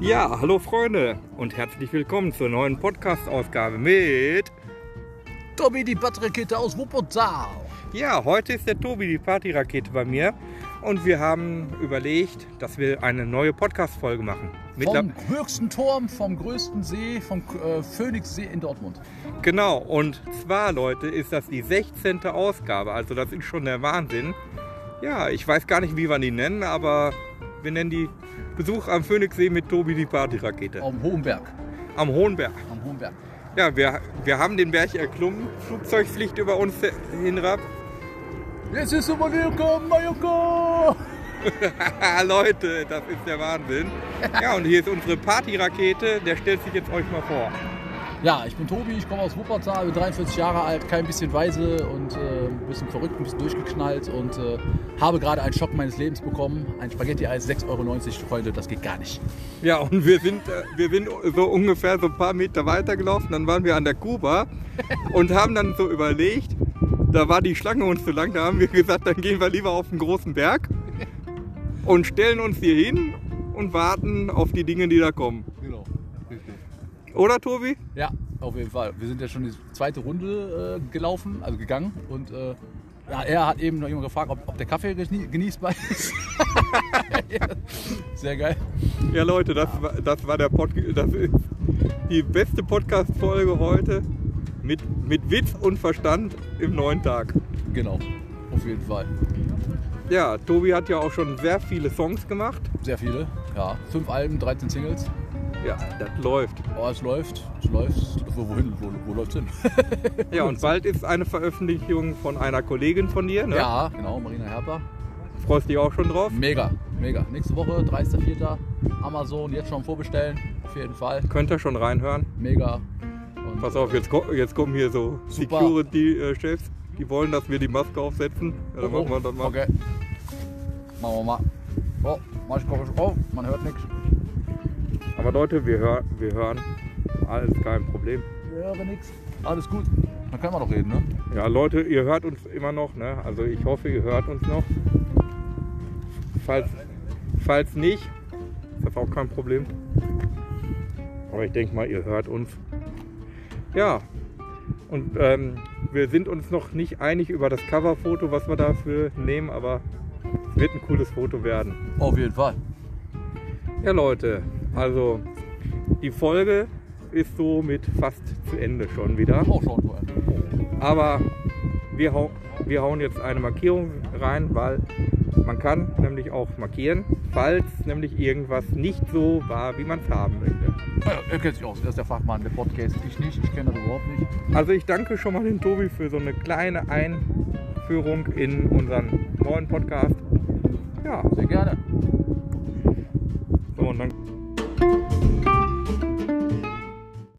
Ja, hallo Freunde und herzlich willkommen zur neuen Podcast-Ausgabe mit. Tommy die Batterakete aus Wuppertal. Ja, heute ist der Tobi, die Partyrakete bei mir und wir haben überlegt, dass wir eine neue Podcast-Folge machen. Vom höchsten Turm, vom größten See, vom äh, Phoenixsee in Dortmund. Genau, und zwar, Leute, ist das die 16. Ausgabe, also das ist schon der Wahnsinn. Ja, ich weiß gar nicht, wie wir die nennen, aber wir nennen die Besuch am Phoenixsee mit Tobi, die Partyrakete. Am hohen Berg. Am Hohen Berg. Am hohen Berg. Ja, wir, wir haben den Berg erklommen, Flugzeugpflicht über uns hinab. Jetzt ist aber willkommen, Majoko! Ah, Leute, das ist der Wahnsinn. Ja, und hier ist unsere Partyrakete, der stellt sich jetzt euch mal vor. Ja, ich bin Tobi, ich komme aus Wuppertal, bin 43 Jahre alt, kein bisschen weise und äh, ein bisschen verrückt, ein bisschen durchgeknallt und äh, habe gerade einen Schock meines Lebens bekommen. Ein Spaghetti-Eis, 6,90 Euro, Freunde, das geht gar nicht. Ja, und wir sind, äh, wir sind so ungefähr so ein paar Meter weitergelaufen, dann waren wir an der Kuba und haben dann so überlegt, da war die Schlange uns zu lang, da haben wir gesagt, dann gehen wir lieber auf den großen Berg und stellen uns hier hin und warten auf die Dinge, die da kommen. Genau, richtig. Oder Tobi? Ja, auf jeden Fall. Wir sind ja schon die zweite Runde äh, gelaufen, also gegangen. Und äh, ja, er hat eben noch jemand gefragt, ob, ob der Kaffee genie genießbar ist. ja. Sehr geil. Ja, Leute, das, war, das war der Pod das ist die beste Podcast-Folge heute mit, mit Witz und Verstand im neuen Tag. Genau, auf jeden Fall. Ja, Tobi hat ja auch schon sehr viele Songs gemacht. Sehr viele. Ja, fünf Alben, 13 Singles. Ja, das läuft. Oh, es läuft, es läuft. Wo, wohin, wo, wo läuft's hin? Ja, und bald ist eine Veröffentlichung von einer Kollegin von dir. Ne? Ja, genau, Marina Herper. Freust dich auch schon drauf? Mega, mega. Nächste Woche, 30.04. Amazon, jetzt schon vorbestellen. Auf jeden Fall. Könnt ihr schon reinhören? Mega. Pass auf, jetzt, ko- jetzt kommen hier so Super. Security-Chefs. Die wollen, dass wir die Maske aufsetzen. Ja, dann machen wir das mal. Oh, Okay. Machen wir mal. Oh, mach ich Kopf auf, man hört nichts. Aber Leute, wir, hör, wir hören. Alles kein Problem. Wir hören nichts. Alles gut. Dann können wir doch reden, ne? Ja, Leute, ihr hört uns immer noch. Ne? Also ich hoffe, ihr hört uns noch. Falls, falls nicht, ist das auch kein Problem. Aber ich denke mal, ihr hört uns. Ja, und ähm, wir sind uns noch nicht einig über das Coverfoto, was wir dafür nehmen, aber es wird ein cooles Foto werden. Auf jeden Fall. Ja, Leute, also die Folge ist somit fast zu Ende schon wieder. Auch Oh, schon vorher. Aber wir, hau wir hauen jetzt eine Markierung rein, weil man kann nämlich auch markieren, falls nämlich irgendwas nicht so war, wie man es haben möchte. Ja, er kennt sich aus, er ist der Fachmann, der Podcast. Ich nicht, ich kenne das überhaupt nicht. Also ich danke schon mal dem Tobi für so eine kleine Einführung in unseren neuen Podcast. Ja, Sehr gerne.